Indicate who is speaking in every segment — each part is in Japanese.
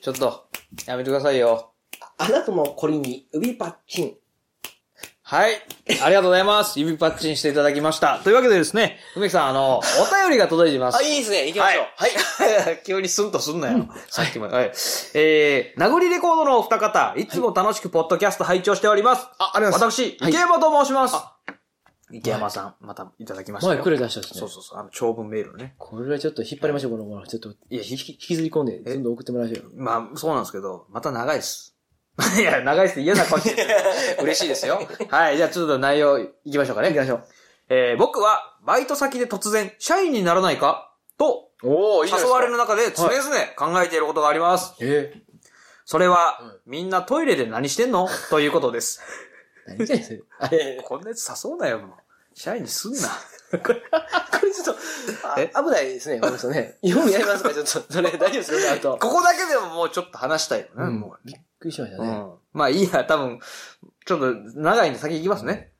Speaker 1: ちょっと、やめてくださいよ。
Speaker 2: あなたもこれに指パッチン。
Speaker 1: はい。ありがとうございます。 指パッチンしていただきました。というわけでですね、梅木さん、あの、お便りが届いています
Speaker 2: あ、。いいですね。行きましょう。はい。
Speaker 1: 急にスンとすんなよ。さっきまで。はい。えー、名残レコードのお二方、いつも楽しくポッドキャスト拝聴しております。
Speaker 2: あ、ありがとうございます。
Speaker 1: 私、
Speaker 2: はい
Speaker 1: 池山と申します。池山さん、またいただきました
Speaker 3: 前
Speaker 1: よ。
Speaker 3: くれ出したしね。
Speaker 1: そうそうそう、あの、長文メールのね。
Speaker 3: これはちょっと引っ張りましょう、このまま。ちょっと、いや、引き引きずり込んで、どんどん送ってもらいましょうよ。
Speaker 1: まあ、そうなんですけど、また長いです。 いや、長いですって嫌な 顔してる。嬉しいですよ。はい、じゃあちょっと内容いきましょうかね。いきましょう。えー、僕は、バイト先で突然、社員にならないかと、
Speaker 2: おー、いいです
Speaker 1: 誘
Speaker 2: ね
Speaker 1: われる中で常々考えていることがあります。
Speaker 3: ええ。
Speaker 1: それは、みんなトイレで何してんのというこ とです。
Speaker 3: 何じゃいそれ。あ
Speaker 1: こんなやつ誘うなよ、もう。社員にすんな。
Speaker 2: これちょっと、
Speaker 1: え
Speaker 2: あ危ないですね、この人 ね。日本やりますか、ちょっと。それ、大丈夫ですよ、あと。
Speaker 1: ここだけでももうちょっと話したいよね、
Speaker 3: うん
Speaker 1: もう
Speaker 3: びっくりしました
Speaker 1: う
Speaker 3: ね。
Speaker 1: んまあいいや、多分、ちょっと長いんで先行きますね。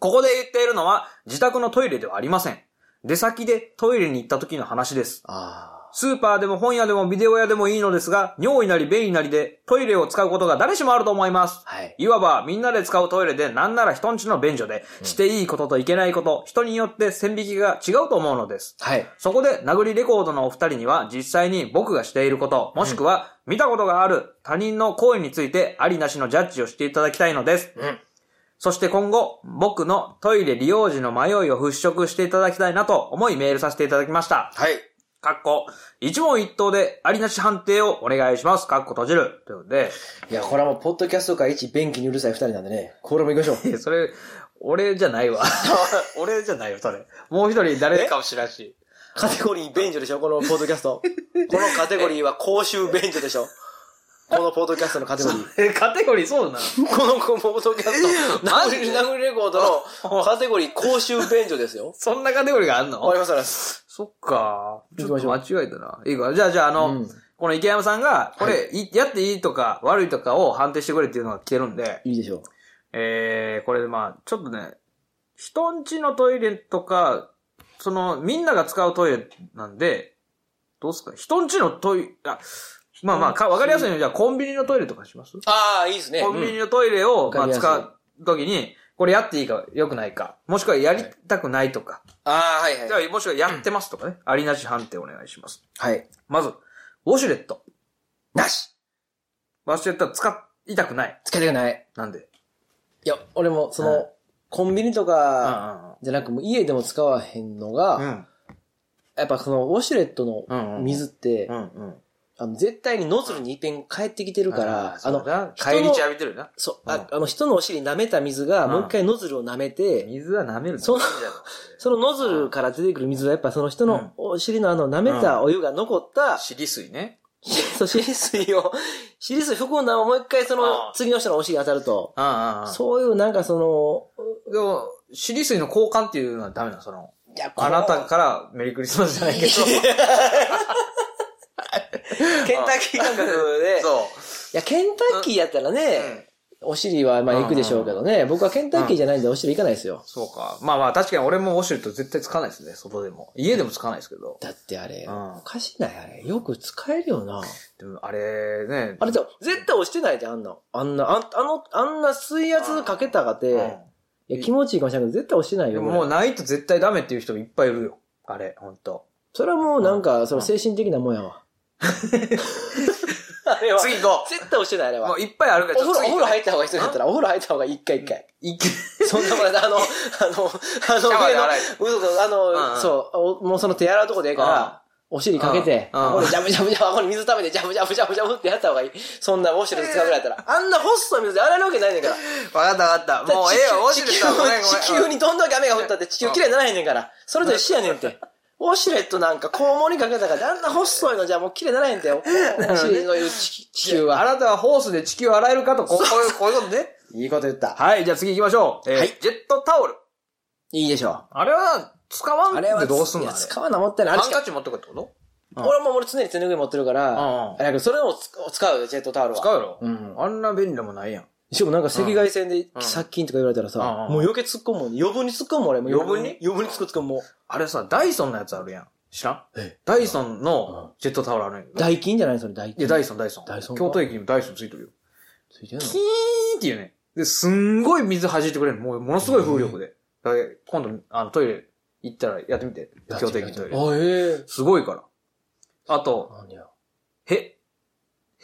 Speaker 1: ここで言っているのは自宅のトイレではありません。出先でトイレに行った時の話です。
Speaker 3: あ
Speaker 1: スーパーでも本屋でもビデオ屋でもいいのですが、尿意なり便意なりでトイレを使うことが誰しもあると思います
Speaker 3: あ。。はい。
Speaker 1: いわばみんなで使うトイレでなんなら人んちの便所で、していいことといけないこと、人によって線引きが違うと思うのです。
Speaker 3: はい。
Speaker 1: そこで、殴りレコードのお二人には、実際に僕がしていること、もしくは、見たことがある他人の行為について、ありなしのジャッジをしていただきたいのです。
Speaker 2: うん
Speaker 1: そして今後、僕のトイレ利用時の迷いを払拭していただきたいなと思いメールさせていただきました。
Speaker 2: はい。
Speaker 1: かっこ、一問一答でありなし判定をお願いします。かっこ閉じる。ということで、
Speaker 3: いや、これはもう、ポッドキャスト界一便器にうるさい二人なんでね、これも行きましょう。
Speaker 1: えそれ、俺じゃないわ。 俺じゃないよ、それ。もう一人誰かも知らんし。
Speaker 2: カテゴリー便所でしょ、このポッドキャスト。このカテゴリーは公衆便所でしょ。このポッドキャストのカテゴリー。
Speaker 1: え、カテゴリーそうなの
Speaker 2: このポッドキャスト、ナグリナグリレコードのカテゴリー公衆便所ですよ。
Speaker 1: そんなカテゴリーがあんの
Speaker 2: わかりましたです。
Speaker 1: そっか。ち
Speaker 3: 行き
Speaker 1: ょ
Speaker 3: ま
Speaker 1: っ
Speaker 3: し
Speaker 1: と
Speaker 3: ょう
Speaker 1: 間違えたな。いいか。じゃあ、じゃあ、あの、
Speaker 3: うん
Speaker 1: この池山さんが、これ、いやっていいとか悪いとかを判定してくれっていうのが来てるんで、
Speaker 3: いいでしょう。
Speaker 1: えー、これ、まあちょっとね、人んちのトイレとか、その、みんなが使うトイレなんで、どうすか人んちのトイレ、あ、まあまあかわかりやすいのにじゃあコンビニのトイレとかします
Speaker 2: ああ、いいですね。
Speaker 1: コンビニのトイレを、
Speaker 3: ん
Speaker 1: まあ、
Speaker 3: わかりやすい
Speaker 1: 使うときに、これやっていいか、良くないか。もしくはやりたくないとか。
Speaker 2: ああ、はい
Speaker 1: じゃ
Speaker 2: はい。
Speaker 1: あ、もしくはやってますとかね。ありなし判定お願いします。
Speaker 3: はい。
Speaker 1: まず、ウォシュレット。
Speaker 2: なし
Speaker 1: ウォシュレットは使いたくない。
Speaker 3: つけたくない。
Speaker 1: なんで。
Speaker 3: いや、俺も、そ
Speaker 1: うん
Speaker 3: の、コンビニと
Speaker 1: う
Speaker 3: か、
Speaker 1: ん
Speaker 3: じゃなく、もう家でも使わへんのが、
Speaker 1: うん。
Speaker 3: やっぱその、ウォシュレット
Speaker 1: うんう
Speaker 3: の
Speaker 1: ん
Speaker 3: 水って、
Speaker 1: うんうん。
Speaker 3: あの絶対にノズルに一遍帰ってきてるから、あの、
Speaker 1: の、
Speaker 3: 人の
Speaker 1: 帰り血浴びてるな。
Speaker 3: そう、
Speaker 1: うん
Speaker 3: ああの、人のお尻舐めた水が、
Speaker 1: うん
Speaker 3: もう一回ノズルを舐めて、
Speaker 1: 水は舐める
Speaker 3: そう
Speaker 1: だ
Speaker 3: そのノズルから出てくる水は、やっぱその人
Speaker 1: うん
Speaker 3: のお尻のあの、舐めたお湯が残った、
Speaker 1: 尻水ね。
Speaker 3: そう、尻水を、尻水含んだままもう一回そ
Speaker 1: あ
Speaker 3: の、次の人のお尻に当たると、
Speaker 1: うんうんうん。
Speaker 3: そういうなんかそ
Speaker 1: でも、尻水の交換っていうのはダメなのその、
Speaker 3: の、いや、こ
Speaker 1: あ
Speaker 3: の
Speaker 1: なたからメリークリスマスじゃないけど。そ
Speaker 2: ケンタッキー感覚で、
Speaker 3: いや、ケンタッキーやったら
Speaker 1: う
Speaker 3: ね、
Speaker 1: ん。
Speaker 3: お尻はまあ行くでしょうけどね、僕はケンタッキーじゃないんでお尻行かないですよ。
Speaker 1: そうか。まあまあ、確かに俺もウォシュレット絶対つかないですね、外でも。家でもつかないですけど。
Speaker 3: だってあれ、
Speaker 1: うん
Speaker 3: おかしないあれ。よく使えるよな。
Speaker 1: でも、あれね。
Speaker 3: あれだよ、絶対押してないで、あんな。あんな、あんあの、あんな水圧かけたがて、
Speaker 1: うん
Speaker 3: いや、気持ちいいかもしれないけど、絶対押してない
Speaker 1: で
Speaker 3: よ。
Speaker 1: ももう
Speaker 3: な、
Speaker 1: ないと絶対ダメっていう人いっぱいいるよ。あれ、ほんと。
Speaker 3: それはもうなん
Speaker 1: う
Speaker 3: か、
Speaker 1: ん
Speaker 3: その精神的なもんや わ。
Speaker 2: あれは、
Speaker 1: 次行こ
Speaker 3: 絶対押してない、あれ
Speaker 1: う。も
Speaker 3: は。
Speaker 1: ういっぱいあるか
Speaker 3: お
Speaker 1: ら、ちょ
Speaker 3: 風
Speaker 1: っ
Speaker 3: 呂、
Speaker 1: と次行
Speaker 3: お風呂
Speaker 1: こう。
Speaker 3: 入った方がいい人だったら、お風呂入った方がいい、一回一回。
Speaker 1: いけ
Speaker 3: そんなも んだ、あの、あの、
Speaker 1: シャワーで
Speaker 3: あ
Speaker 1: 洗え
Speaker 3: の、上の、嘘あ
Speaker 1: うんう
Speaker 3: の、
Speaker 1: ん
Speaker 3: そう、おもうその手洗うとこでええから、お尻かけて、
Speaker 1: うんうん
Speaker 3: ここでジャブジャブジャブ、ここに水溜めて、ジャブジャブジャブジャブってやった方がいい。そんなウォシュレット使うぐらいやったら。あんな細い水で洗えるわけないねんから。
Speaker 1: わかったわか った。もうええよ、ウォシュレットはごめんごめん。
Speaker 3: 地球地球にどんどん雨が降ったって地球きれいにならへんねんから。それと一緒やねんって。ウォシュレットなんか肛門にかけたから、あんな細いのじゃもうきれいにならへ んって。お尻の言う地地球
Speaker 1: あ
Speaker 3: は。
Speaker 1: なたはホースで地球を洗えるかと、こうこういう、こういうことね。
Speaker 3: いいこと言った。
Speaker 1: はい、じゃあ次行きましょう。えー
Speaker 3: はい
Speaker 1: ジェットタオル。
Speaker 3: いいでしょ
Speaker 1: あれは、使わ
Speaker 3: う。あ
Speaker 1: ん
Speaker 3: れ
Speaker 1: で
Speaker 3: は、
Speaker 1: どうすんの
Speaker 3: い
Speaker 1: あ
Speaker 3: や
Speaker 1: れ
Speaker 3: 使わな持ってない。あ
Speaker 1: ハ
Speaker 3: れ
Speaker 1: ンカチ持ってくってことうん
Speaker 3: 俺も俺常に手ぬぐい持ってるか
Speaker 1: うんう
Speaker 3: ら、
Speaker 1: ん
Speaker 3: あれやけどそれをつ使うよ、ジェットタオルは。
Speaker 1: 使うやろ。
Speaker 3: うん
Speaker 1: あんな便利でもないやん。
Speaker 3: しかもなんか赤外線で
Speaker 1: うん
Speaker 3: 殺菌とか言われたらさ、
Speaker 1: うんうん
Speaker 3: もう余計突っ込むもん。余分に突っ込むもん、俺も。
Speaker 1: 余分に
Speaker 3: 余分に突っ込む、突っ込むもん。
Speaker 1: あれさ、ダイソンのやつあるやん。知らん
Speaker 2: え
Speaker 1: ダイソンのジェットタオルあるんやけど。
Speaker 3: ダイキンじゃないそれ、ダイ
Speaker 1: い
Speaker 3: キン。
Speaker 1: や、ダイソン、ダイソン。
Speaker 3: ダイソンか
Speaker 1: 京都駅にもダイソンついてるよ。
Speaker 3: ついてんの
Speaker 1: キーンっていうね。で、すんごい水弾いてくれるの。もう、ものすごい風力で。だから今度、あの、トイレ行ったらやってみて。京都駅のトイレ。
Speaker 3: あ、ええ。
Speaker 1: すごいから。あと、
Speaker 3: 何や。
Speaker 1: へ。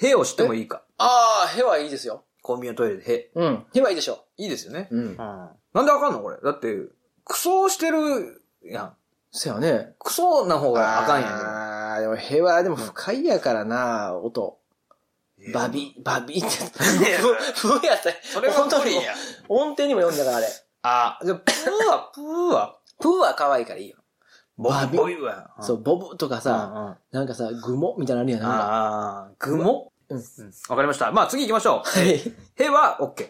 Speaker 1: へをしてもいいか。
Speaker 2: あー、へはいいですよ。
Speaker 1: コンビニのトイレでへ。
Speaker 3: うん。
Speaker 2: へはいいでしょ
Speaker 1: いいですよね。
Speaker 3: うん
Speaker 1: う。ん。なんであかんのこれ。だって、クソしてるやん。
Speaker 3: そやね。
Speaker 1: クソな方があかんやん。
Speaker 3: ああー、でも平和、でも不快やからな、音。バビ、バビって。
Speaker 2: う。ふ、ふやった。
Speaker 1: それは無理や。
Speaker 3: 音程にも読んだから、あれ。
Speaker 1: あ、じゃあ、プーは、プーは、
Speaker 3: プーは可愛いからいいよ。
Speaker 1: ボ
Speaker 3: バビ
Speaker 1: ボイは。
Speaker 3: そうう、ボブとか
Speaker 1: さ
Speaker 3: さ、なんかさ、グモみたいなのあるやん。なんか
Speaker 1: ああ、具も
Speaker 3: うん
Speaker 1: わかりました。まあ次行きましょ
Speaker 3: はい。
Speaker 1: う。へは OK。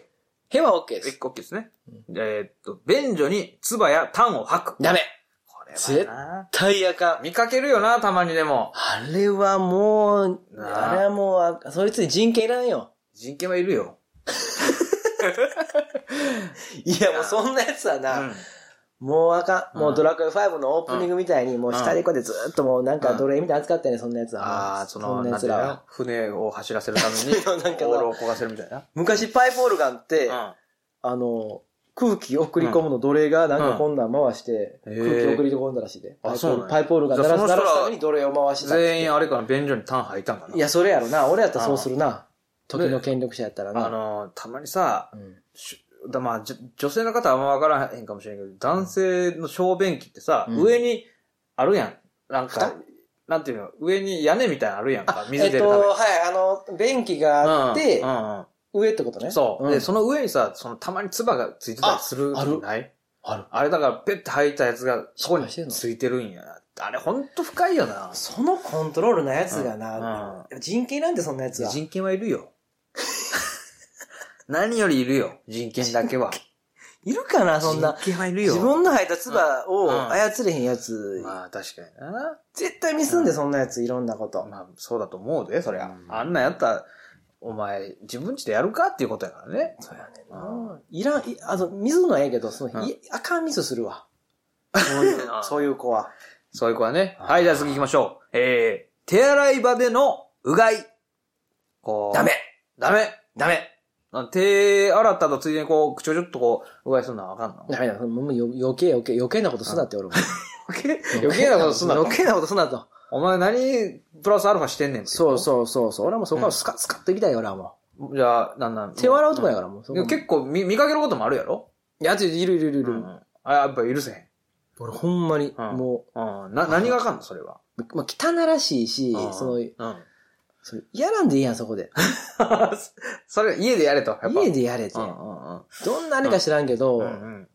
Speaker 3: へは OK です。
Speaker 1: OK ですね。えーっと、便所に唾や痰を吐く。
Speaker 3: ダメ
Speaker 1: これ
Speaker 3: 絶
Speaker 1: な。
Speaker 3: タイヤか。
Speaker 1: 見かけるよな、たまにでも。
Speaker 3: あれはもう、
Speaker 1: なあ
Speaker 3: あれはもうあ、そいつに人権いらんよ。
Speaker 1: 人権はいるよ。
Speaker 3: いや、もうそんなやつは
Speaker 1: う
Speaker 3: な、
Speaker 1: ん
Speaker 3: もうあかん。もううんドラクエ5のオープニングみたいに、もう下でこうやってずーっともうなんか
Speaker 1: うん
Speaker 3: 奴隷みたいに扱ったよね、そんなやつは。
Speaker 1: ああ、その、
Speaker 3: ん
Speaker 1: なん
Speaker 3: なや
Speaker 1: て
Speaker 3: つ
Speaker 1: いう
Speaker 3: ら
Speaker 1: の
Speaker 3: は。
Speaker 1: 船を走らせるために、
Speaker 3: そう なんかな
Speaker 1: オールを焦がせるみたいな。
Speaker 3: 昔パイプオルガンって、
Speaker 1: うん
Speaker 3: あの、空気送り込むの奴隷がなん
Speaker 1: う
Speaker 3: か
Speaker 1: ん
Speaker 3: こんなん回して、
Speaker 1: へ
Speaker 3: 空
Speaker 1: ー
Speaker 3: 気送り込んだらしいで。
Speaker 1: あ
Speaker 3: パイプ
Speaker 1: そうなんや
Speaker 3: パイプオルガン
Speaker 1: じ
Speaker 3: 鳴
Speaker 1: ゃあそ
Speaker 3: らす
Speaker 1: の人
Speaker 3: 鳴
Speaker 1: ら
Speaker 3: らすために奴隷を回してたって
Speaker 1: 全員あれかな、便所に痰吐いたんかな。
Speaker 3: いや、それやろな。俺やったらそうするな。
Speaker 1: うん
Speaker 3: 時の権力者やったら
Speaker 1: あ
Speaker 3: な。
Speaker 1: の、たまにさ、
Speaker 3: うん
Speaker 1: しゅだまあ、じょ女性の方はあんまわからへんかもしれんけど、男性の小便器ってさ、
Speaker 3: うん
Speaker 1: 上にあるやん。なんか、なんていうの、上に屋根みたいなのあるやんか。水
Speaker 3: え
Speaker 1: 出
Speaker 3: っ
Speaker 1: る
Speaker 3: と、
Speaker 1: ために。
Speaker 3: はい、あの、便器があって
Speaker 1: う、んうん
Speaker 3: 上ってことね。
Speaker 1: そう、
Speaker 3: ん
Speaker 1: で、その上にさ、そのたまに唾がついてたりする
Speaker 3: あある
Speaker 1: ない
Speaker 3: ある。
Speaker 1: あれだから、ペッて吐いたやつが、そこに
Speaker 3: 失敗してんの
Speaker 1: ついてるんやな。あれ、ほんと深いよな。
Speaker 3: そのコントロールなやつが
Speaker 1: うん
Speaker 3: な、人権なんでそんなやつは。
Speaker 1: 人権はいるよ。 何よりいるよ。人権だけは。
Speaker 3: いるか な、そんな。
Speaker 1: 人権はいるよ。
Speaker 3: 自分の吐いた唾
Speaker 1: う
Speaker 3: を
Speaker 1: ん
Speaker 3: 操れへんやつ、
Speaker 1: まあ、確かにな。
Speaker 3: 絶対ミスんで、そんなやつ、いろんなこと。
Speaker 1: まあ、そうだと思うで、そりゃ。
Speaker 2: うん
Speaker 1: あんなんやったら、お前、自分ちでやるかっていうことやからね。
Speaker 3: そうやねん
Speaker 1: う
Speaker 3: な。いらん、いあの、ミスんのはええけど、そ
Speaker 1: うん
Speaker 3: の、いあかんミスするわ。そう いう
Speaker 1: あー
Speaker 3: そういう子は。
Speaker 1: そういう子はね。はい、じゃあ次行きましょう。えー、手洗い場でのうがい。こう。
Speaker 3: ダメ
Speaker 1: ダメ
Speaker 3: ダメ
Speaker 1: あ手洗った後ついでにこう、口をちょっとこう、うがいするのはあかんの
Speaker 3: ダメだ、もうよ余計余計余計なことすなって俺も。
Speaker 1: 余計余計なことすんなと
Speaker 3: 余。計なことすなと。
Speaker 1: お前何、プラスアルファしてんねんって
Speaker 3: そうそうそうそう。俺はもうそこからスカスカっと行きたいよ、俺はも
Speaker 1: う。じゃあ、なんなん
Speaker 3: う。手を洗うとこや
Speaker 1: か
Speaker 3: から、もう。そこ
Speaker 1: ら。結構見、見かけることもあるやろ
Speaker 3: いや、いるいるいるいる。
Speaker 1: うんあ、やっぱ許せへん。
Speaker 3: 俺ほんまに、
Speaker 1: うん
Speaker 3: も
Speaker 1: うん。な、何があかんのそれは。
Speaker 3: う、まあ、汚らしいし、
Speaker 1: うん
Speaker 3: その、
Speaker 1: うん。
Speaker 3: それやらんでいいやん、そこで。
Speaker 1: それ、家でやれと。やっぱ
Speaker 3: 家でやれて
Speaker 1: う。んうんうん
Speaker 3: どんなあれか知らんけど、
Speaker 1: うん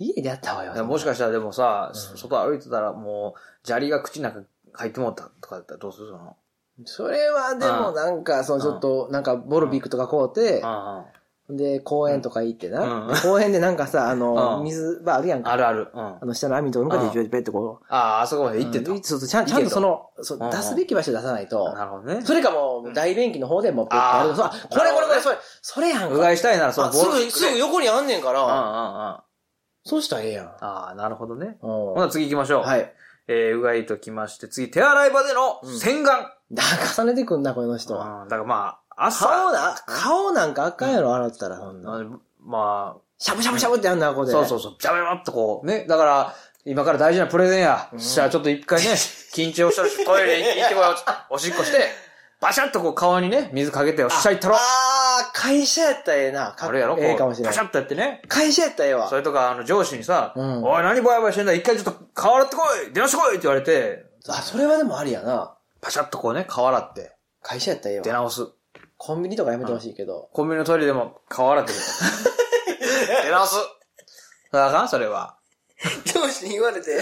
Speaker 3: 家でやったわよ。
Speaker 1: うん。もしか
Speaker 3: し
Speaker 1: したらでもさ、
Speaker 3: うん
Speaker 1: 外歩いてたらもう、砂利が口の中入ってもうたとかだったらどうするの
Speaker 3: それはで
Speaker 1: う
Speaker 3: も
Speaker 1: ん
Speaker 3: なんか、そのちょっと、なんか、ボルビックとか買うて、
Speaker 1: あ
Speaker 3: で、公園とか行ってな、
Speaker 1: うん
Speaker 3: 公園でなんかさ、あの、
Speaker 1: うん
Speaker 3: 水場あるやんか。
Speaker 1: あるある。うん。あ
Speaker 3: あの、下の網と向かって
Speaker 1: う
Speaker 3: ペッペッてこう、
Speaker 1: あ、あそこまで行ってた。
Speaker 3: うんそうそうちゃんちゃんとその、そう
Speaker 1: うんうん
Speaker 3: 出すべき場所で出さないと。
Speaker 1: なるほどね。
Speaker 3: それかもう、大便器の方でもうペッてやる
Speaker 1: あー
Speaker 3: そうあ、これこれ
Speaker 1: な
Speaker 3: こ
Speaker 1: る
Speaker 3: れ、
Speaker 1: ほ
Speaker 3: それ、それやんか。
Speaker 1: うがいしたいなら、その
Speaker 3: あす
Speaker 1: ボールキ
Speaker 3: ぐ、
Speaker 1: ックで。
Speaker 3: すぐ横にあんねんか
Speaker 1: うんうんうん。
Speaker 3: ら、
Speaker 1: あ
Speaker 3: そうしたらええやん。
Speaker 1: あ、なるほどね。ほ
Speaker 3: う
Speaker 1: な次行きましょう。
Speaker 3: ん。はい。
Speaker 1: えー、うがいときまして、次、手洗い場での
Speaker 3: うん
Speaker 1: 洗顔。
Speaker 3: だ重ねてくんな、この人は。
Speaker 1: うん。だからまあ、
Speaker 3: 顔
Speaker 1: 朝、
Speaker 3: な、顔なんかあかんやろ、洗ったら、そんな。
Speaker 1: まあ、
Speaker 3: しゃぶしゃぶしゃぶってやんな、ここで。
Speaker 1: そうそうそう、ジャババッとこう、ね。だから、今から大事なプレゼンや。
Speaker 3: うん
Speaker 1: じゃあちょっと一回 ね、緊張したらトイレに行ってこよう。おしっこして、バシャッとこう顔にね、水かけて、よっしゃ行ったろ。あ
Speaker 3: あー、会社やったらええな。か
Speaker 1: れやろ、こう、
Speaker 3: ええかもしれな
Speaker 1: バシャ
Speaker 3: い。
Speaker 1: ッとやってね。
Speaker 3: 会社やったらええ
Speaker 1: そ
Speaker 3: わ。
Speaker 1: れとか、あの、上司にさ、
Speaker 3: うん
Speaker 1: おい、何ぼやぼやしてんだ一回ちょっと顔洗ってこい出直してこいって言われて、
Speaker 3: あ、それはでもありやな。
Speaker 1: パシャッとこうね、顔洗って、
Speaker 3: 会社やったらええ
Speaker 1: 出
Speaker 3: わ。
Speaker 1: 直す。
Speaker 3: コンビニとかやめてほしいけど。
Speaker 1: コンビニのトイレでも顔洗ってく る。出直す。あかんそれは。
Speaker 3: 上司に言われて。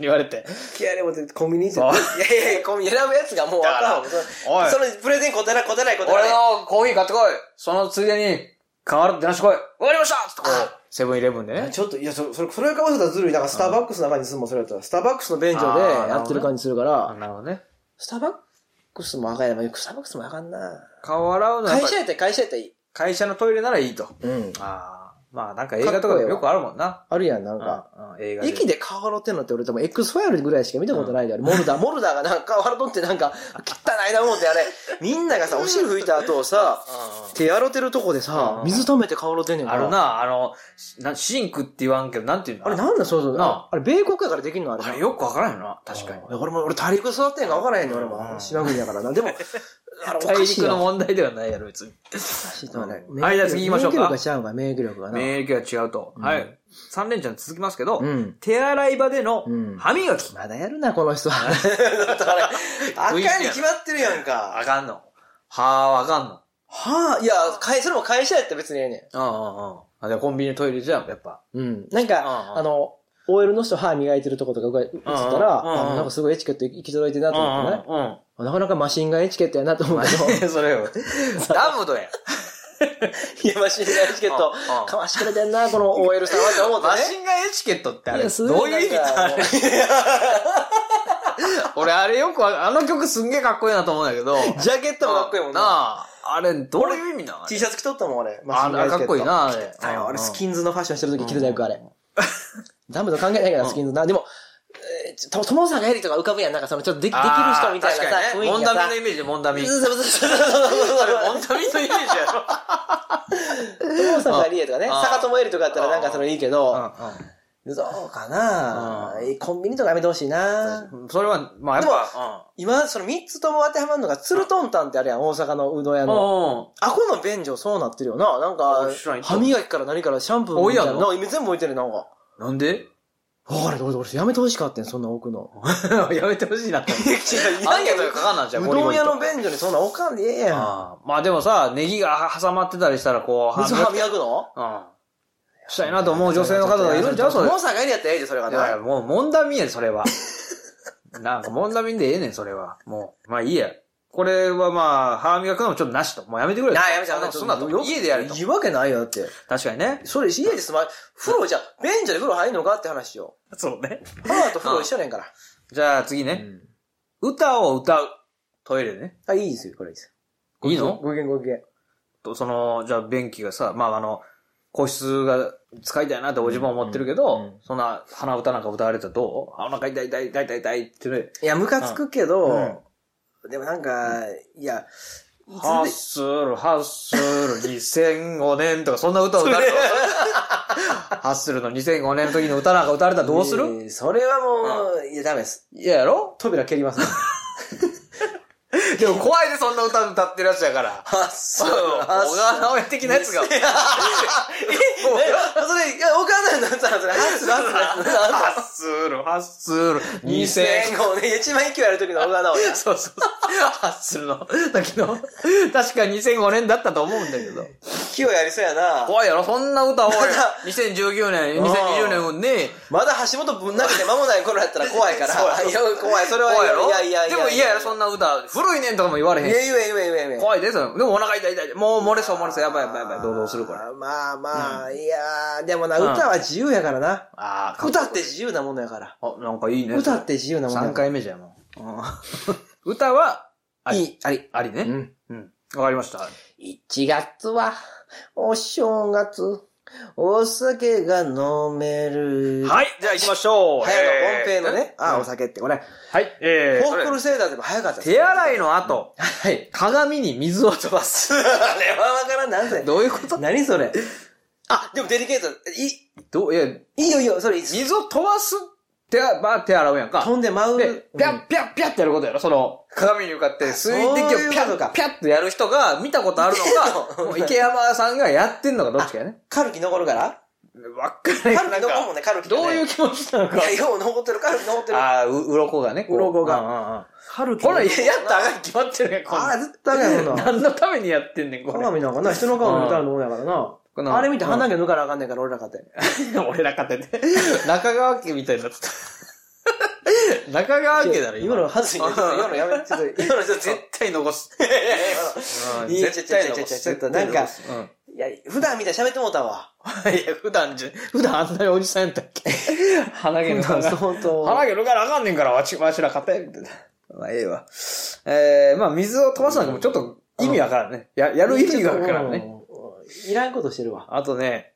Speaker 1: 言われて。
Speaker 3: いや、でも、コンビニ行って。
Speaker 1: そう
Speaker 3: いやいや、コンビニ選ぶやつがもう分からんわ。
Speaker 1: おい
Speaker 3: そのプレゼン答えない、答えない、答えない
Speaker 1: 俺。のコーヒー買ってこいそのついでに、変わるって出してこいわかりましたつってこう、セブンイレブンでね。
Speaker 3: ちょっと、いや、それ、それ、それかぶせたらずるい。だから、スターバックスの中に住むもんそれやったら、スターバックスの便所で
Speaker 1: あー
Speaker 3: やってる感じするか
Speaker 1: あ、
Speaker 3: ら、
Speaker 1: なるほどね。
Speaker 3: スターバックスもあかんやろ。スターバックスもあかんな。
Speaker 1: 顔洗うのはやっ
Speaker 3: 会
Speaker 1: ぱり
Speaker 3: 社やったら会社やったらいい。
Speaker 1: 会社のトイレならいいと。
Speaker 3: うん。
Speaker 1: ああ。まあなんか映画とかでもよくあるもんな。
Speaker 3: あるやん、な
Speaker 1: う
Speaker 3: ん
Speaker 1: ん
Speaker 3: か。
Speaker 1: うん映画で。
Speaker 3: 駅で顔洗ってんのって俺多分 X ファイルぐらいしか見たことないで、あれ。モルダー、モルダーがなんか顔洗っとってなんか、汚いな思って、あれ。みんながさ、お汁拭いた後さ、手洗ってるとこで
Speaker 1: うん、
Speaker 3: さ水溜めて顔洗ってんねんか
Speaker 1: あ
Speaker 3: ら。
Speaker 1: るな、あの、しなシンクって言わんけど、なんていうの
Speaker 3: あれなんだ、そうそう。
Speaker 1: なあ
Speaker 3: あれ、米国やからできんのあれ。
Speaker 1: あれよくわからんよな、確かに
Speaker 3: あ。ー俺も、俺大陸育ってんか分からへんねん、俺
Speaker 1: う
Speaker 3: も。
Speaker 1: ん
Speaker 3: 島国だから な。でも、あれお
Speaker 1: 大
Speaker 3: かしい
Speaker 1: 陸の
Speaker 3: な。
Speaker 1: 問題ではないやろ、別に。
Speaker 3: おかしいとはね
Speaker 1: うんはいじゃあ次行きましょうか
Speaker 3: 免疫力がちゃうか、免疫力がな。
Speaker 1: 免疫が違うと。
Speaker 3: うん
Speaker 1: はい。3連チャン続きますけど
Speaker 3: う、ん。
Speaker 1: 手洗い場での
Speaker 3: うん
Speaker 1: 歯磨き。
Speaker 3: まだやるな、この 人は。
Speaker 2: あかん
Speaker 1: 食
Speaker 2: に
Speaker 1: いつけやな
Speaker 2: 決まってるやん
Speaker 1: あ
Speaker 2: か。
Speaker 1: かんの。はあ、あかんの。
Speaker 3: はあ、いや、会それも会社やったら別にええねん。
Speaker 1: うんうんうん。あ、じゃあコンビニのトイレじゃん、やっぱ。
Speaker 3: うん。なんか、
Speaker 1: うん
Speaker 3: あの、OL の人歯磨いてるとことかが映ったら、
Speaker 1: うんうんうん
Speaker 3: あなんかすごいエチケット行き届いてるな
Speaker 1: う
Speaker 3: と思ってね、
Speaker 1: ん
Speaker 3: なかなかマシンガンエチケットやなと思うけど、
Speaker 1: うん。 それ よ。ダムドや。
Speaker 3: いや、マシンガンエチケッ
Speaker 1: う
Speaker 3: ト
Speaker 1: んうん、
Speaker 3: かましてくれてんな、この OL さんはって思
Speaker 1: マ
Speaker 3: って
Speaker 1: シンガンエチケットってあ
Speaker 3: ね。
Speaker 1: れ、
Speaker 3: やす
Speaker 1: どういう意味だあれ
Speaker 3: なんか
Speaker 1: 俺あれよくわかあの曲すんげえかっこいいなと思うんだけど。
Speaker 3: ジャケットもかっこいいもんな。
Speaker 1: あ。あれ、どういう意味なの
Speaker 2: T シャツ着とったもん、俺。
Speaker 3: マシンガン
Speaker 1: あ
Speaker 3: エチケ
Speaker 1: かっ
Speaker 3: ット
Speaker 1: こいい。な、あれ。
Speaker 3: あよあれ、ス
Speaker 1: ン。
Speaker 3: キンズのファッションしてる時着てたよ、あれ。ダムと関係ないから、スキンズな。でも、えーと友坂エリとか浮かぶやん。なんかその、ちょっとできできる人みたいなさ、雰囲気がさ。
Speaker 1: モンダミのイメージでモンダミ。
Speaker 3: そうそうそうそうそう
Speaker 1: あれ、モンダミのイメージやろ。
Speaker 3: 友坂理恵とかね、
Speaker 1: うん
Speaker 3: 坂友エリとかやったらなんかそれいいけど、
Speaker 1: う
Speaker 3: そうかな
Speaker 1: う
Speaker 3: コンビニとかやめてほしいなん
Speaker 1: うん。それは、まあやっぱ、
Speaker 3: 今、その3つとも当てはまるのが、ツルトンタンってあるやん、大阪のうどん屋
Speaker 1: うん。
Speaker 3: の。
Speaker 1: お
Speaker 3: アコの便所そうなってるよな。なんか
Speaker 1: あ知らん行っ、た
Speaker 3: 歯磨きから何からシャンプーみたいな。
Speaker 1: 多いやん
Speaker 3: な
Speaker 1: なん
Speaker 3: か全部置いてるよなんか。
Speaker 1: うんなんで
Speaker 3: わかる、俺、俺、やめてほしかったん、そんな置くの。
Speaker 1: やめてほしいなって。アンケートがかかんなんじゃ、
Speaker 3: うんどん屋の
Speaker 1: ゴリゴリと
Speaker 3: 便所にそんな置かんでええやん。
Speaker 1: ああまあでもさ、ネギが挟まってたりしたら、こう、
Speaker 3: 水
Speaker 1: 歯
Speaker 3: 歯
Speaker 1: 磨き
Speaker 3: 磨くの
Speaker 1: うん。したいなと思う女性の方がいるんじゃん、それ。
Speaker 3: モンサーがエリやったらええで、それが
Speaker 1: いやい
Speaker 3: な。
Speaker 1: やもう、モンダミンやで、それは。 なんか、モンダミンでええねん、それは。もう。まあいいや。これはまあ、歯磨くのもちょっとなしと。もうやめてくれ。
Speaker 3: なあ、やめちゃ
Speaker 1: あの
Speaker 3: う。
Speaker 1: そんなと。家でやると
Speaker 3: い。いわけないよ、だって。
Speaker 1: 確かにね。
Speaker 3: それ、家で済ま、風呂じゃ、便所で風呂入んのかって話よ。
Speaker 1: そうね。
Speaker 3: 母と風呂一緒やねんから。
Speaker 1: じゃあ次
Speaker 3: う
Speaker 1: ね。
Speaker 3: ん
Speaker 1: 歌を歌う。トイレでね。
Speaker 3: あ、いいですよ、これです。
Speaker 1: いいの
Speaker 3: ご機嫌ご機嫌。
Speaker 1: と、その、じゃあ便器がさ、まああの、個室が使いたいなっておじも思ってるけど、
Speaker 3: うんうん
Speaker 1: そんな鼻歌なんか歌われたらどうあお腹痛い痛い痛い痛い痛いってね。
Speaker 3: いや、ムカつくけど、でもなんか、いや、
Speaker 1: ハッスル、ハッスル、2005年とか、そんな歌を歌うハッスルの2005年の時の歌なんか歌われたらどうする、
Speaker 3: えーそれはもう、いや、ダメです。
Speaker 1: いややろ
Speaker 3: 扉蹴ります。
Speaker 1: でも怖いで、そんな歌歌ってるやつやから。
Speaker 3: あ、そ
Speaker 1: そう。小川直江的なや つが。
Speaker 3: それ、いや、お母さんだったら、それ、ハッスル、ハッスル、ハ
Speaker 1: ハッスル、ハッスル、
Speaker 3: ッス
Speaker 1: 2005
Speaker 3: ル。2005年、一番勢いある時の小川直 也。
Speaker 1: そうそうそう。ハッスルの時の、確か2005年だったと思うんだけど。
Speaker 3: 勢いありそうやな。
Speaker 1: 怖いやろそんな歌多い
Speaker 3: まだ。
Speaker 1: 2019年、2020年ね、
Speaker 3: まだ橋本ぶん投げて間もない頃やったら怖い から。いや、怖い。それは
Speaker 1: 怖いやろ
Speaker 3: いやいやいや。
Speaker 1: でも嫌やろそ
Speaker 3: ん
Speaker 1: んな歌。古いねんとかも言われへん
Speaker 3: い
Speaker 1: し
Speaker 3: やいやいやいやいや。
Speaker 1: 怖いですよ。でもお腹痛い痛い痛い。もう漏れそう漏れそう。やばいやばいやばい。どうどうするこれ。
Speaker 3: あーまあまあ、いやーでもな、
Speaker 1: うん
Speaker 3: 歌は自由やからな。
Speaker 1: あー、
Speaker 3: 歌って自由なものやから。
Speaker 1: あ、なんかいいね。
Speaker 3: 歌って自由なものや
Speaker 1: 3
Speaker 3: から。
Speaker 1: 回目じゃん、もう。うん歌は、あり
Speaker 3: いい、あり。
Speaker 1: ありね。
Speaker 3: うん。
Speaker 1: うん。わかりました。
Speaker 3: 1月は、お正月、お酒が飲める。
Speaker 1: はい、じゃあ行きましょう。
Speaker 3: 早野凡平のね、
Speaker 1: えー
Speaker 3: あ
Speaker 1: う
Speaker 3: ー、
Speaker 1: ん
Speaker 3: お酒って、これ、
Speaker 1: はい、え
Speaker 3: ホークル
Speaker 1: ー。
Speaker 3: セーダーでも早かったです。
Speaker 1: 手洗いの後、
Speaker 3: はい。
Speaker 1: 鏡に水を飛ばす。
Speaker 3: あれはわからん、なんせ。
Speaker 1: どういうこと
Speaker 3: 何それ。あ、でもデリケート。い
Speaker 1: どう、いや、
Speaker 3: い、いいよいいよ、それいいっす。
Speaker 1: 水を飛ばすって、まあ手洗うやんか。
Speaker 3: 飛んで舞う。
Speaker 1: で、
Speaker 3: うん
Speaker 1: ぴゃっぴゃっぴゃってやることやろその、鏡に向かって水滴を
Speaker 3: そういう
Speaker 1: ぴゃ
Speaker 3: こと
Speaker 1: っ
Speaker 3: か
Speaker 1: ぴゃっとやる人が見たことあるのか、もう池山さんがやってんのかどっちかやね。
Speaker 3: カルキ残るから
Speaker 1: わっかん
Speaker 3: カ
Speaker 1: ない。
Speaker 3: ルキ
Speaker 1: なんか
Speaker 3: 残るもんね、カルキがね。
Speaker 1: どういう気持ちなの
Speaker 3: い
Speaker 1: か。
Speaker 3: や、よう残ってる、カルキ残ってる。
Speaker 1: ああ、う、鱗がね。こう
Speaker 3: 鱗が
Speaker 1: うんうんうん
Speaker 3: カル
Speaker 1: ほら、ややったらあかんに決まってるやん、こん
Speaker 3: あ
Speaker 1: な
Speaker 3: あ、
Speaker 1: ん。
Speaker 3: 絶対あかんよ な。
Speaker 1: 何のためにやってんねん、これ。
Speaker 3: 鏡なんかな、人の顔見たら飲むやからな。
Speaker 1: この
Speaker 3: あれ見て鼻毛抜かなあかんねんから、俺らかって。
Speaker 1: 俺ら勝てて。中川家みたいに なってた。中川家だろ、
Speaker 3: 今
Speaker 1: 今。
Speaker 3: の恥 ずいね。今のやめ、ちょっと、今のちょっと、
Speaker 1: 絶対残す。うん
Speaker 3: いや
Speaker 1: 絶対残す。
Speaker 3: ちょちょちょちょなんか
Speaker 1: 絶対残す
Speaker 3: いや、普段見たら喋ってもうたわ。
Speaker 1: うんいや、普段じゃ、普段あんなにおじさんやったっけ 鼻毛抜かな。
Speaker 3: 本当。
Speaker 1: 鼻毛抜かなあかんねんから、わち、わしら勝て、みたいな。まあ、ええわ。ええ、まあ、水を飛ばすなんかもちょっと意味わからんね。や、やる意味がわからんね。
Speaker 3: うん。いらんことしてるわ。
Speaker 1: あとね、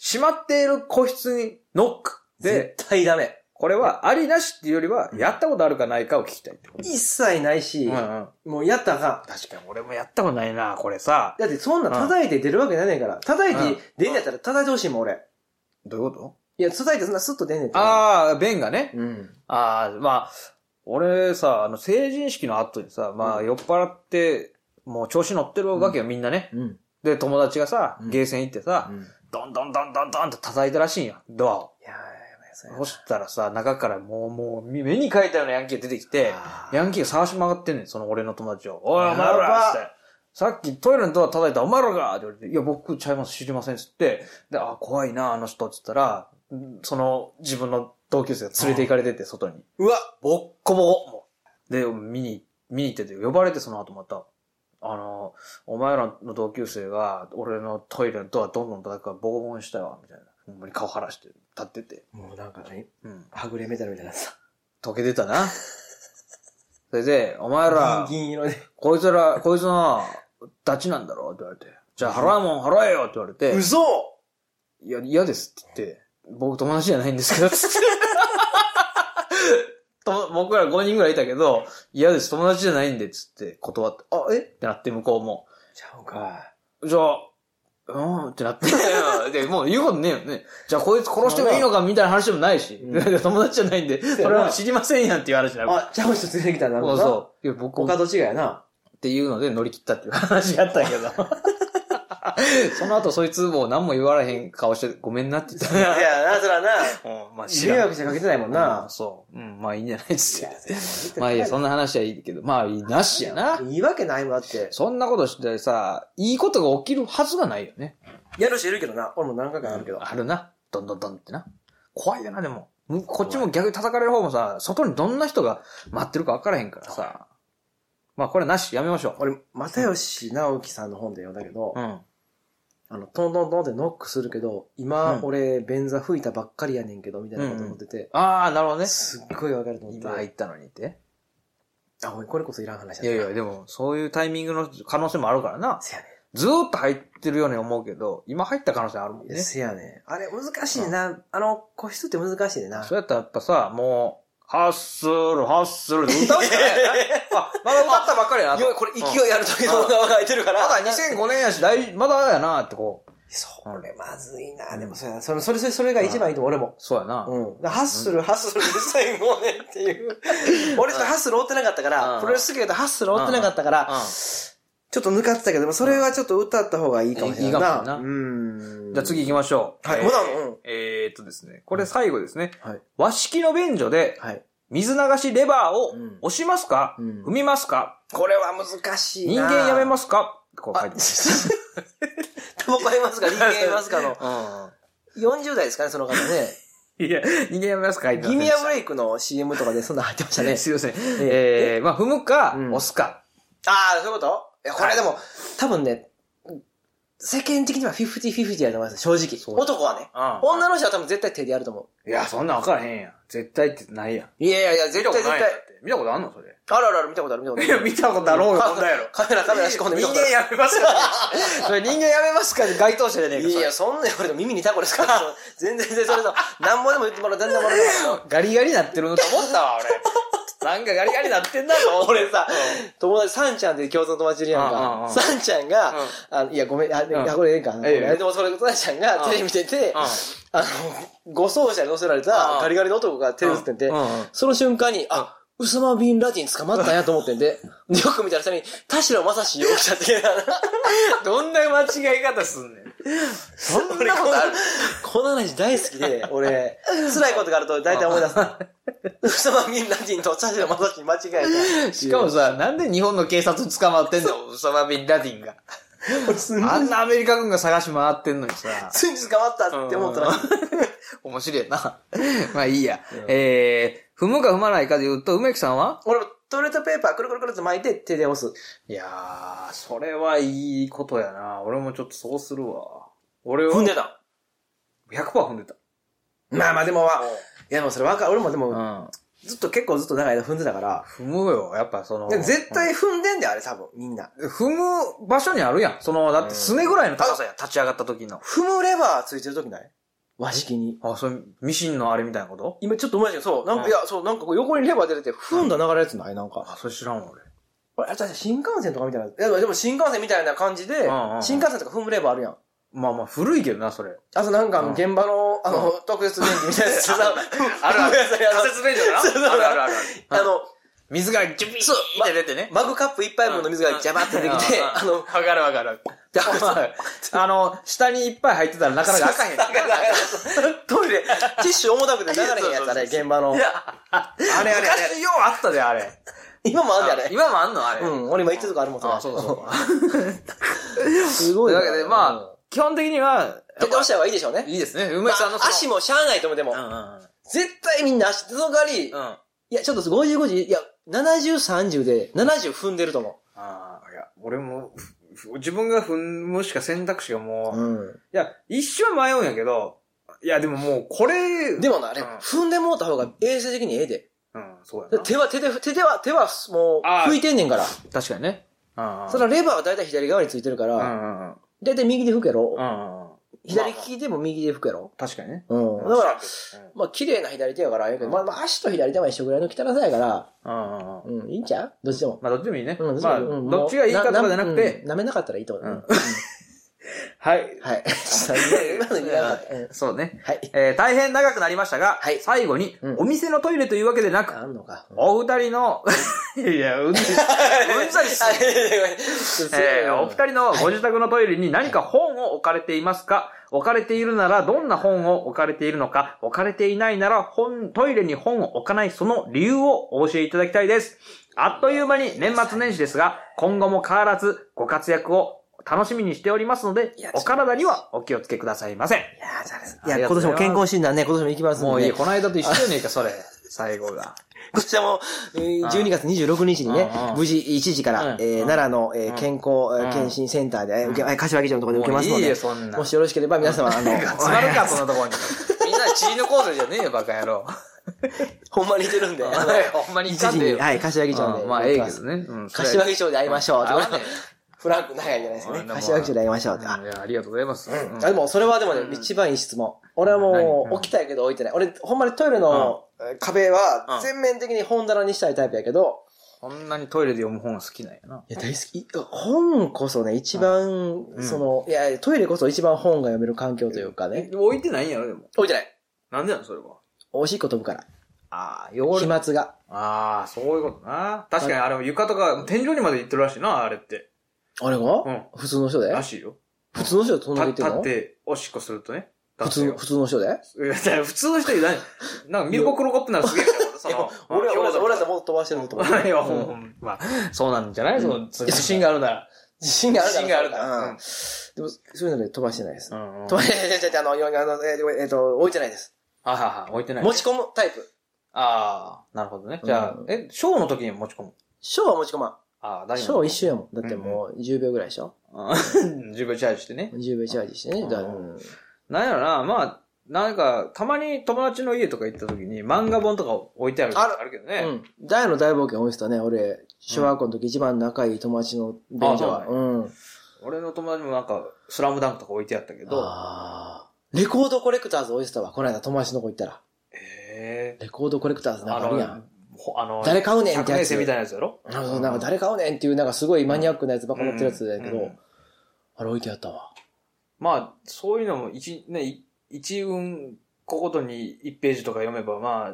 Speaker 1: 閉まっている個室にノック。で、
Speaker 3: 絶対ダメ。
Speaker 1: これはありなしっていうよりは、やったことあるかないかを聞きたいってこと。
Speaker 3: 一切ないし、
Speaker 1: うん。
Speaker 3: もうやったらあかん。
Speaker 1: 確かに俺もやったことないな、これさ。
Speaker 3: だってそんな叩いて出るわけないねんから。叩い
Speaker 1: うん
Speaker 3: て出んねやったら叩いてほしいもん、俺。
Speaker 1: どういうこ
Speaker 3: いや、叩いてそんなスッと出んねん
Speaker 1: と
Speaker 3: あ。
Speaker 1: ああ、便がね。
Speaker 3: うん。
Speaker 1: ああ、まあ、俺さ、あの、成人式の後にさ、まあ、酔っ払って、もう調子乗ってるわけよ、みんなね。
Speaker 3: うん。
Speaker 1: で、友達がさ
Speaker 3: う、ん
Speaker 1: ゲーセン行ってさ、
Speaker 3: うん。い
Speaker 1: どんどんどんどんどんと叩いたらしいんや、ドアを。
Speaker 3: やー、やばいそれ
Speaker 1: そしたらさ、中からもう、もう、目に描いたようなヤンキーが出てきて、
Speaker 3: あー
Speaker 1: ヤンキーが探し回ってんねん、その俺の友達を。おい、お前
Speaker 3: やば
Speaker 1: らっつって。さっきトイレのドア叩いたお前らがって言われて、いや、僕ちゃいます、知りませんっつって、で、あ、怖いな、あの人っつったら、んその自分の同級生が連れて行かれてて、外に。
Speaker 3: うわ
Speaker 1: ボッコボコもうで、見に、見に行ってて、呼ばれてその後また、あの、お前らの同級生が、俺のトイレのドアどんどん叩くからボコボコにしたよ、みたいな。ほんまに顔晴らして、立ってて。
Speaker 3: もうなんかね、
Speaker 1: うん。
Speaker 3: はぐれメタルみたいなさ。
Speaker 1: 溶けてた な。それで、お前ら、
Speaker 3: 銀銀色で。
Speaker 1: こいつら、こいつの、ダチなんだろって言われて。じゃあ払うもん払えよって言われて、
Speaker 3: 嘘
Speaker 1: いや、嫌ですって言って、僕友達じゃないんですけど、つって。と僕ら5人ぐらいいたけど、嫌です、友達じゃないんで、つって断って、あ、えってなって向こうも。
Speaker 3: ちゃうか。
Speaker 1: じゃあ、うんってなって。で、もう言うことねえよね。じゃあこいつ殺してもいいのかみたいな話でもないし、
Speaker 3: う
Speaker 1: 友達じゃないんで、それは知りませんやんっていう話になる。
Speaker 3: あ、ちゃう人連れてきたらなる
Speaker 1: そ
Speaker 3: ほ
Speaker 1: う
Speaker 3: どな。
Speaker 1: そう。いや、僕
Speaker 3: 他と違いやな。
Speaker 1: っていうので乗り切ったっていう話やったんやけ ど。その後そいつもう何も言われへん顔してごめんなって言っ
Speaker 3: い
Speaker 1: た。
Speaker 3: や、な、そらな。
Speaker 1: うんまあ知
Speaker 3: 迷
Speaker 1: らん。
Speaker 3: 惑しかかけてないもん
Speaker 1: う。
Speaker 3: なん
Speaker 1: そう。うん、まあいいんじゃないっつって。
Speaker 3: い
Speaker 1: まあいいや、そんな話はいいけど。まあいいなしやな。
Speaker 3: いいわけないもんだって。
Speaker 1: そんなことしてさ、いいことが起きるはずがないよね。
Speaker 3: やる人いるけどな。俺も何回かあるけど。
Speaker 1: あるな。どんどんどんってな。怖いよな、でも。むこっちも逆に叩かれる方もさ、外にどんな人が待ってるか分からへんからさ。まあこれなし、やめましょう。
Speaker 3: 俺、又吉直樹さんの本で読んだけど、
Speaker 1: うん。
Speaker 3: あの、トントントンってノックするけど、今、
Speaker 1: うん
Speaker 3: 俺、便座吹いたばっかりやねんけど、みたいなこと思ってて、
Speaker 1: ああ、なるほどね。
Speaker 3: すっごいわかると思って。
Speaker 1: 今入ったのにって。
Speaker 3: あ、ごめんこれこそいらん話だ
Speaker 1: いやいや、でも、そういうタイミングの可能性もあるからな。
Speaker 3: せやね
Speaker 1: ずーっと入ってるように思うけど、今入った可能性あるもん
Speaker 3: ん。い
Speaker 1: ね。
Speaker 3: や
Speaker 1: そ
Speaker 3: せやねん。あれ、難しいな。あの、個室って難しいねんな。
Speaker 1: うやったらやっぱさ、もう、ハッスル、ハッスルで歌うしか ないよね。あ、まだ歌ったばっかりやなと。
Speaker 3: これ、いある時が空いてるか
Speaker 1: ま
Speaker 3: ら
Speaker 1: だ2005年やし、大まだやなってこう。
Speaker 3: それ、まずいな。でも、そうやなそれ、それ、それそれが一番いいと思う、俺も。
Speaker 1: そうやな。
Speaker 3: うん。ハッスル、ハッスルで最後ねって いう。俺ちょっとハッスル追ってなかった
Speaker 1: う
Speaker 3: か
Speaker 1: ん
Speaker 3: ら、プロレス好きだけどハッスル追ってなかったか
Speaker 1: うん
Speaker 3: ら、ちょっと抜かってたけど、でもそれはちょっと歌った方がいいかもしれない
Speaker 1: いいかもしれんな
Speaker 3: うん。
Speaker 1: じゃあ次行きましょう。
Speaker 3: はい、
Speaker 1: えー
Speaker 3: まだあんのうん。
Speaker 1: えーっとですね、これ最後ですね。
Speaker 3: はい。
Speaker 1: 和式の便所で、
Speaker 3: はい。
Speaker 1: 水流しレバーを
Speaker 3: うん
Speaker 1: 押しますか
Speaker 3: うん
Speaker 1: 踏みますか
Speaker 3: これは難しいな。。
Speaker 1: 人間やめますすかってこう 書いてます。
Speaker 3: タバコやめ ますか人間やめますかの。
Speaker 1: うん
Speaker 3: 40代ですかね、そ の方ね。
Speaker 1: いや、人間やめますか
Speaker 3: ギミアブレイクの CM とかでそんなん入ってましたね。
Speaker 1: すいません。えー、まあ、踏むか、
Speaker 3: うん
Speaker 1: 押すか。
Speaker 3: ああ、そういうこといや、こ
Speaker 1: はい
Speaker 3: れでも、多分ね、世間的には50-50やと思います、正直。
Speaker 1: そう
Speaker 3: 男はね。女の人は多分絶対手でやると思う。
Speaker 1: いや、そんなん分からへんやん。絶対ってないやん。
Speaker 3: いやいやいや、絶対絶対。
Speaker 1: 見たことあんのそれ。
Speaker 3: あるあるある、見たことある、見たことあ
Speaker 1: いや、
Speaker 3: る。
Speaker 1: 見たことあろうよ、そんなんやろ。
Speaker 3: カメラ、カメラ仕込んで見たことある。
Speaker 1: やめますか それ人間やめますか該当者じゃねえか。
Speaker 3: いや、そんなに俺の耳にタコです から、全然、全然それの、なんぼでも言ってもらう、全然もらう。
Speaker 1: ガリガリなってるのと思ったわ、 俺。なんかガリガリなってんだろ。
Speaker 3: 俺さ、友達、サンちゃんって共通の友達いるやん
Speaker 1: うんうんう
Speaker 3: か
Speaker 1: ん。
Speaker 3: サンちゃんが、あのいや、ごめん、あ、で
Speaker 1: うん
Speaker 3: いやこれええんかな。
Speaker 1: ええ
Speaker 3: でもそれ、サンちゃんが
Speaker 1: うん
Speaker 3: テレビ出て、
Speaker 1: うん
Speaker 3: あの、護送車に乗せられ
Speaker 1: う
Speaker 3: た
Speaker 1: ん
Speaker 3: ガリガリの男がテレビ映ってんて
Speaker 1: うんうん、
Speaker 3: その瞬間に、あ、ウサマ・ビン・ラディン捕まったんやと思ってんで、でよく見たら下に、田代正史容疑者って言うな。
Speaker 1: どんな間違い方すんねん。そんなことある
Speaker 3: この話大好きで、俺、辛いことがあると大体思い出すの。ウサマ・ビン・ラディンと田代正史間違えた。
Speaker 1: しかもさ、なんで日本の警察捕まってんのウサマビン・ラディンが。
Speaker 3: 俺すんごい
Speaker 1: あんなアメリカ軍が探し回ってんのにさ。
Speaker 3: ついに捕まったって思ったら、
Speaker 1: 面白いな。まあいいや。えー、踏むか踏まないかで言うと、梅木さんは
Speaker 3: 俺もトイレットペーパーくるくるくるって巻いて手で押す。
Speaker 1: いやー、それはいいことやな。俺もちょっとそうするわ。俺は
Speaker 3: 踏んでた。
Speaker 1: 100%踏んでた。
Speaker 3: まあまあでも、いやでもそれわかる。俺もでも、
Speaker 1: うん。
Speaker 4: ずっと結構ずっと長い間踏んでたから、
Speaker 1: 踏むよ、やっぱその。
Speaker 4: で絶対踏んでんだよ、あれ多分、みんな。
Speaker 1: 踏む場所にあるやん。その、だってすねぐらいの高さや、立ち上がった時の。
Speaker 4: 踏むレバーついてる
Speaker 3: 時ない
Speaker 4: 和式に。
Speaker 1: あ、それ、ミシンのあれみたいなこと
Speaker 3: 今ちょっと思い出したけど、そう、なんか、
Speaker 1: うん
Speaker 3: いや、そう、なんかこう横にレバー出てて、ふんだ流れるやつないなんか。
Speaker 1: あ、それ知らんわ、俺。
Speaker 3: あれ、あれ、新幹線とかみたいな。いや、でも新幹線みたいな感じで
Speaker 1: うんうんう、ん
Speaker 3: 新幹線とか踏むレバーあるやん。
Speaker 1: まあまあ、古いけどな、それ。
Speaker 3: あとなんかあ
Speaker 1: う
Speaker 3: の、
Speaker 1: ん
Speaker 3: 現場の、あの、特別電気みたいなやつ。
Speaker 1: あるあ る
Speaker 3: る
Speaker 1: 説明所な
Speaker 3: そうそう
Speaker 1: るある
Speaker 3: あの、
Speaker 1: 水がジュピー
Speaker 3: そう
Speaker 1: って出てね。
Speaker 3: マグカップ一杯分の水がジャバって出てきて、あの、
Speaker 1: かるわかる。
Speaker 3: であの
Speaker 1: あの、下にいっぱい入ってたらなかなか開かへん。
Speaker 3: トイレ、ティッシュ重たくて流れへんやつ、あれ、現場の。
Speaker 1: あれあれあれ。昔ようあったで、あれ。
Speaker 3: 今もあんねんあれ。
Speaker 1: 今もあんのあれ。
Speaker 3: うん、俺今行ってるとこあるもん、
Speaker 1: あ、そうそう。
Speaker 3: すご
Speaker 1: とい
Speaker 3: い
Speaker 1: う
Speaker 3: な。
Speaker 1: わけで、まあ、基本的には、
Speaker 3: あ、手倒した方がいいでしょうね。
Speaker 1: いいですね。
Speaker 3: ま
Speaker 1: 梅さんの
Speaker 3: あ足
Speaker 1: も。
Speaker 3: もしゃあないと思う、でも
Speaker 1: うん。うん
Speaker 3: 絶対みんな足、その代わり
Speaker 1: う、ん。うん。
Speaker 3: いや、ちょっと55時、いや、70、30で、70踏んでると思
Speaker 1: ああ、いや、俺も、ふ自分が踏むしか選択肢がも
Speaker 3: う。
Speaker 1: う、い
Speaker 3: ん。
Speaker 1: や、一瞬迷うんやけど、いや、でももう、これ、
Speaker 3: でもな、あれ、
Speaker 1: うん
Speaker 3: 踏んでもうた方が衛生的にええで。
Speaker 1: うん、そうや
Speaker 3: だ
Speaker 1: な
Speaker 3: って。手は、手で、手では、手はもう、
Speaker 1: あー
Speaker 3: 拭いてんねんから。
Speaker 1: 確かにね。うんうん。
Speaker 3: そのレバーは大体左側についてるか
Speaker 1: うんう
Speaker 3: ら、
Speaker 1: んうん。
Speaker 3: だいたい右で拭くや
Speaker 1: う
Speaker 3: ろ。
Speaker 1: んうんうん。
Speaker 3: 左利きでも右で拭くやろ。
Speaker 1: 確かにね。
Speaker 3: うん。だから、、まあ、綺麗な左手やから、ええけど、まあ、まあ、足と左手は一緒ぐらいの汚さやから、
Speaker 1: うんうんうん。
Speaker 3: うん、いいんちゃうどっちでも。
Speaker 1: まあ、どっちでもいいね。
Speaker 3: うん、
Speaker 1: まあ、
Speaker 3: うん
Speaker 1: どっちがいいかとかじゃなく、
Speaker 3: もう
Speaker 1: て、
Speaker 3: うん舐めなかったらいいと思う。
Speaker 1: うん
Speaker 3: うん
Speaker 1: はい。
Speaker 3: は い。今の言いなかった。うん
Speaker 1: そうね。
Speaker 3: はい。
Speaker 1: えー大変長くなりましたが、
Speaker 3: はい
Speaker 1: 最後に、
Speaker 3: うん
Speaker 1: お店のトイレというわけでなく、
Speaker 3: あん のか。うん
Speaker 1: お二人の、いや、うんざり、うんざりする。えーお二人のご自宅のトイレに何か本を置かれていますか置かれているならどんな本を置かれているのか置かれていないなら本、トイレに本を置かないその理由をお教えいただきたいです。あっという間に年末年始ですが、今後も変わらずご活躍を楽しみにしておりますので
Speaker 3: いや、
Speaker 1: お体にはお気をつけくださいません。
Speaker 3: いやーじゃあです
Speaker 1: あ
Speaker 3: い
Speaker 1: り
Speaker 3: や、
Speaker 1: がとう
Speaker 3: 今
Speaker 1: ご
Speaker 3: 年
Speaker 1: ざい
Speaker 3: も
Speaker 1: ます
Speaker 3: 健康診断ね、今年も行きますんで。
Speaker 1: もういい、この間と一緒やねんか、それ。最後が。
Speaker 3: こちらも、うん12月26日にね
Speaker 1: うんうん、
Speaker 3: 無事1時から、
Speaker 1: うん
Speaker 3: えー
Speaker 1: うん
Speaker 3: 奈良の、えー
Speaker 1: うん
Speaker 3: 健康えー検診センターで、えー受けえー柏木町のところで受け
Speaker 1: も
Speaker 3: ま
Speaker 1: う
Speaker 3: すの
Speaker 1: いいよ、
Speaker 3: で、
Speaker 1: そんな。
Speaker 3: もしよろしければ皆様、あの、
Speaker 1: 集まるか、そんなところに。 みんな地位の構成じゃねえよ、バカ野郎。
Speaker 3: ほんまに似てるんで、あの
Speaker 1: ほんまに
Speaker 3: 1
Speaker 1: 行か
Speaker 3: 時
Speaker 1: んでええ
Speaker 3: に、
Speaker 1: よ
Speaker 3: はい、柏木町
Speaker 1: う
Speaker 3: で。
Speaker 1: んまあ、ええけど。ね。うん。
Speaker 3: 柏
Speaker 1: 木
Speaker 3: 木町で会いましょう。
Speaker 1: 合わね
Speaker 3: フランク長いじゃないです
Speaker 1: う
Speaker 3: ね
Speaker 1: ん。
Speaker 3: 柏木町で会いましょうって。あ
Speaker 1: え。いや、ありがとうございます。うん
Speaker 3: あでも、それはでもね、
Speaker 1: うん
Speaker 3: 一番いい質問。俺はも
Speaker 1: 何
Speaker 3: う、起きたいけど置いてない。俺、ほんまにトイレのえー壁
Speaker 1: う
Speaker 3: は
Speaker 1: ん、
Speaker 3: 全面的に本棚にしたいタイプやけど、
Speaker 1: こんなにトイレで読む本が好きなんやな。
Speaker 3: いや、大好き。い本こそね、一番、
Speaker 1: うん
Speaker 3: その、いや、トイレこそ一番本が読める環境というかね。
Speaker 1: 置いてないんやろ、でも。
Speaker 3: 置いてない。
Speaker 1: なんでやの、それは。
Speaker 3: おしっこ飛ぶから。
Speaker 1: ああ、汚
Speaker 3: 飛
Speaker 1: れ。
Speaker 3: 沫が。
Speaker 1: ああ、そういうことな。確かに、あれ、床とか、天井にまで行ってるらしいな、あれって。
Speaker 3: あれが、
Speaker 1: うん
Speaker 3: 普通の人で
Speaker 1: らしいよ。
Speaker 3: 普通の人で飛んで
Speaker 1: た
Speaker 3: いって
Speaker 1: 立
Speaker 3: るの
Speaker 1: って、おしっこするとね。
Speaker 3: 普通の、普通の人で。
Speaker 1: いやだから普通の人いない。なんか、ミルコクロコップならすげえけど、その
Speaker 3: 俺ら、俺ら、俺らでもっと飛ばしてると思う。
Speaker 1: いや、 ほんほんまあ、そうなんじゃないその、自信があるなら。
Speaker 3: 自信があるから。
Speaker 1: な
Speaker 3: うん。でも、そういうので飛ばしてないです。
Speaker 1: ら。うんうん。
Speaker 3: 飛ばしてない、じゃじゃあの、よあの、えっ、えっと、置いてないです。
Speaker 1: あはは、置いてない。
Speaker 3: 持ち込むタイプ。
Speaker 1: ああ、なるほどね。じゃあ
Speaker 3: う、ん
Speaker 1: え、ショーの時に持ち込む。
Speaker 3: ショーは持ち込ま
Speaker 1: ああ、
Speaker 3: ん。
Speaker 1: 大
Speaker 3: シ
Speaker 1: 丈
Speaker 3: ョ
Speaker 1: 夫。
Speaker 3: ー一周やもん。だってもう10秒ぐらいでしょ
Speaker 1: うん10秒チャ ージしてね。
Speaker 3: ?10 秒チャージしてね。だからうん
Speaker 1: なんやろな、まあ、なんか、たまに友達の家とか行った時に漫画本とか置いてある時
Speaker 3: ある
Speaker 1: あるけどね。
Speaker 3: うん。大の大冒険多いっすよね、俺。小学校の時一番仲いい友達の便所は。
Speaker 1: あ
Speaker 3: うん。
Speaker 1: 俺の友達もなんか、スラムダンクとか置いてあったけど、
Speaker 3: あーレコードコレクターズ多いっすわ。この間友達の子行ったら。
Speaker 1: ええ
Speaker 3: レコードコレクターズなんかあるや
Speaker 1: の
Speaker 3: ん。、
Speaker 1: ほあの、
Speaker 3: 誰買うねんっ
Speaker 1: 百
Speaker 3: てや
Speaker 1: 年
Speaker 3: つ
Speaker 1: 生。みたいなやつやろ
Speaker 3: あそうなんか誰買うねんっていう、なんかすごいマニアックなやつばっか持ってるやつだけ
Speaker 1: うんう
Speaker 3: ど
Speaker 1: ん、
Speaker 3: あれ置いてあったわ。
Speaker 1: まあ、そういうのも一、ね、い一運、こごとに1ページとか読めば、ま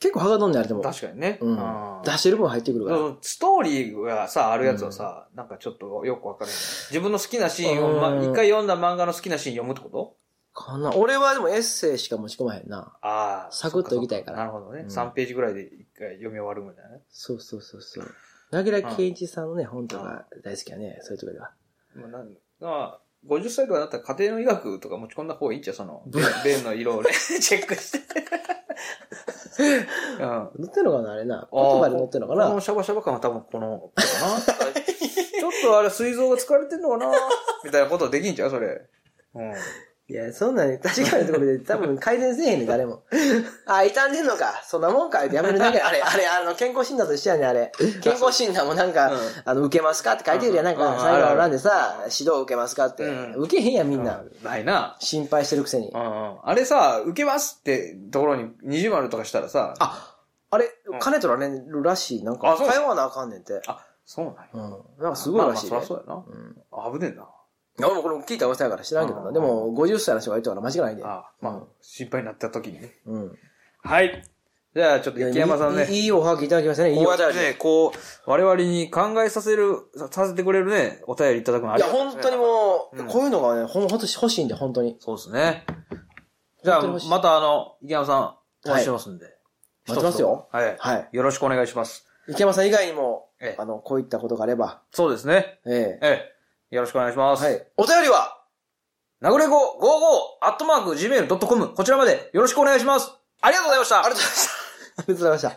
Speaker 3: 結構ハガドンにあれで
Speaker 1: あ、
Speaker 3: も、
Speaker 1: 確かにね。
Speaker 3: うん
Speaker 1: あー
Speaker 3: 出してる分入ってくるから。
Speaker 1: ストーリーがさ、あるやつはさ、なんかちょっとよくわかる。自分の好きなシーンを、ま、
Speaker 3: うん
Speaker 1: 一回読んだ漫画の好きなシーン読むってこと
Speaker 3: かな。俺はでもエッセイしか持ち込まへんな。
Speaker 1: ああ。
Speaker 3: サクッと
Speaker 1: そっ
Speaker 3: 読みたいから
Speaker 1: なるほどね。
Speaker 3: うん
Speaker 1: 3ページぐらいで一回読み終わるみたいなね。
Speaker 3: そうそうそうそう。なぎら健一さんのね、本とか大好きやね。そういうとこでは。
Speaker 1: まあ、なんまあ、50歳とかになったら家庭の医学とか持ち込んだ方がいいんちゃうその、便の 色をね、チェックして。うん。
Speaker 3: 載ってんのかなあれな。言葉で載ってんのか
Speaker 1: こ
Speaker 3: な
Speaker 1: のシャバシャバ感は多分この、かな ちょっとあれ、膵臓が疲れてんのかなみたいなことできんちゃうそれ。うん。
Speaker 3: いや、そんなん、確かのとこ ろで多分改善せえへんねん、誰も。あ、傷んでんのか。そんなもんか。ってやめるだけ。あれ、あれ、あの、健康診断と一緒やねん、あれ。健康診断もなんか、
Speaker 1: うん
Speaker 3: あの、受けますかって書いてるやん。なん
Speaker 1: うんうん
Speaker 3: か、最
Speaker 1: ある
Speaker 3: 後
Speaker 1: あ
Speaker 3: の
Speaker 1: る
Speaker 3: 欄でさ、指導受けますかって。
Speaker 1: うん
Speaker 3: 受けへんやん、みんな。
Speaker 1: ないな。
Speaker 3: 心配してるくせに
Speaker 1: う。んうん。あれさ、受けますってところに二重丸とかしたらさ、あ、
Speaker 3: あ、あれ、金取られるらしい。なんか
Speaker 1: あ、そう
Speaker 3: 通わなあかんねんて。
Speaker 1: そうなんや。
Speaker 3: うん。なんかすごいらしい
Speaker 1: まあまあ
Speaker 3: ね。
Speaker 1: そりゃそう
Speaker 3: うん。
Speaker 1: やな。危ねえな。
Speaker 3: いや俺もこれ聞いた噂やから知らんけど
Speaker 1: う
Speaker 3: な。
Speaker 1: ん
Speaker 3: でも、50歳の人がいたから間違いないで。
Speaker 1: あまあ、心配になった時にね。
Speaker 3: うん。
Speaker 1: はい。じゃあ、ちょっと池山さんね。
Speaker 3: いいいいおはぎいただきましたね。いい
Speaker 1: こ
Speaker 3: お
Speaker 1: う
Speaker 3: は
Speaker 1: やってね、こう、我々に考えさせる、ささせてくれるね、お便りいただくのあ
Speaker 3: い
Speaker 1: り
Speaker 3: や、
Speaker 1: がたです
Speaker 3: 本
Speaker 1: ね
Speaker 3: 当にも
Speaker 1: う
Speaker 3: う、
Speaker 1: ん
Speaker 3: こういうのがね、ほん、ほんと欲しいんで、本当に。
Speaker 1: そうですね。じゃあ、
Speaker 3: 本当に欲しい
Speaker 1: またあの、池山さん、お待ちしてますんで。
Speaker 3: 待ってますよ
Speaker 1: 一つはい。
Speaker 3: はい。
Speaker 1: よろしくお願いします。
Speaker 3: 池山さん以外にも
Speaker 1: ええ、
Speaker 3: あの、こういったことがあれば、
Speaker 1: そうですね。
Speaker 3: ええ。
Speaker 1: ええ。よろしくお願いします。
Speaker 3: はい。お便り は
Speaker 1: なぐれこ55、アットマーク、gmail.com、こちらまでよろしくお願いします。ありがとうございました。ありがとうございました。
Speaker 3: ありがとうございました。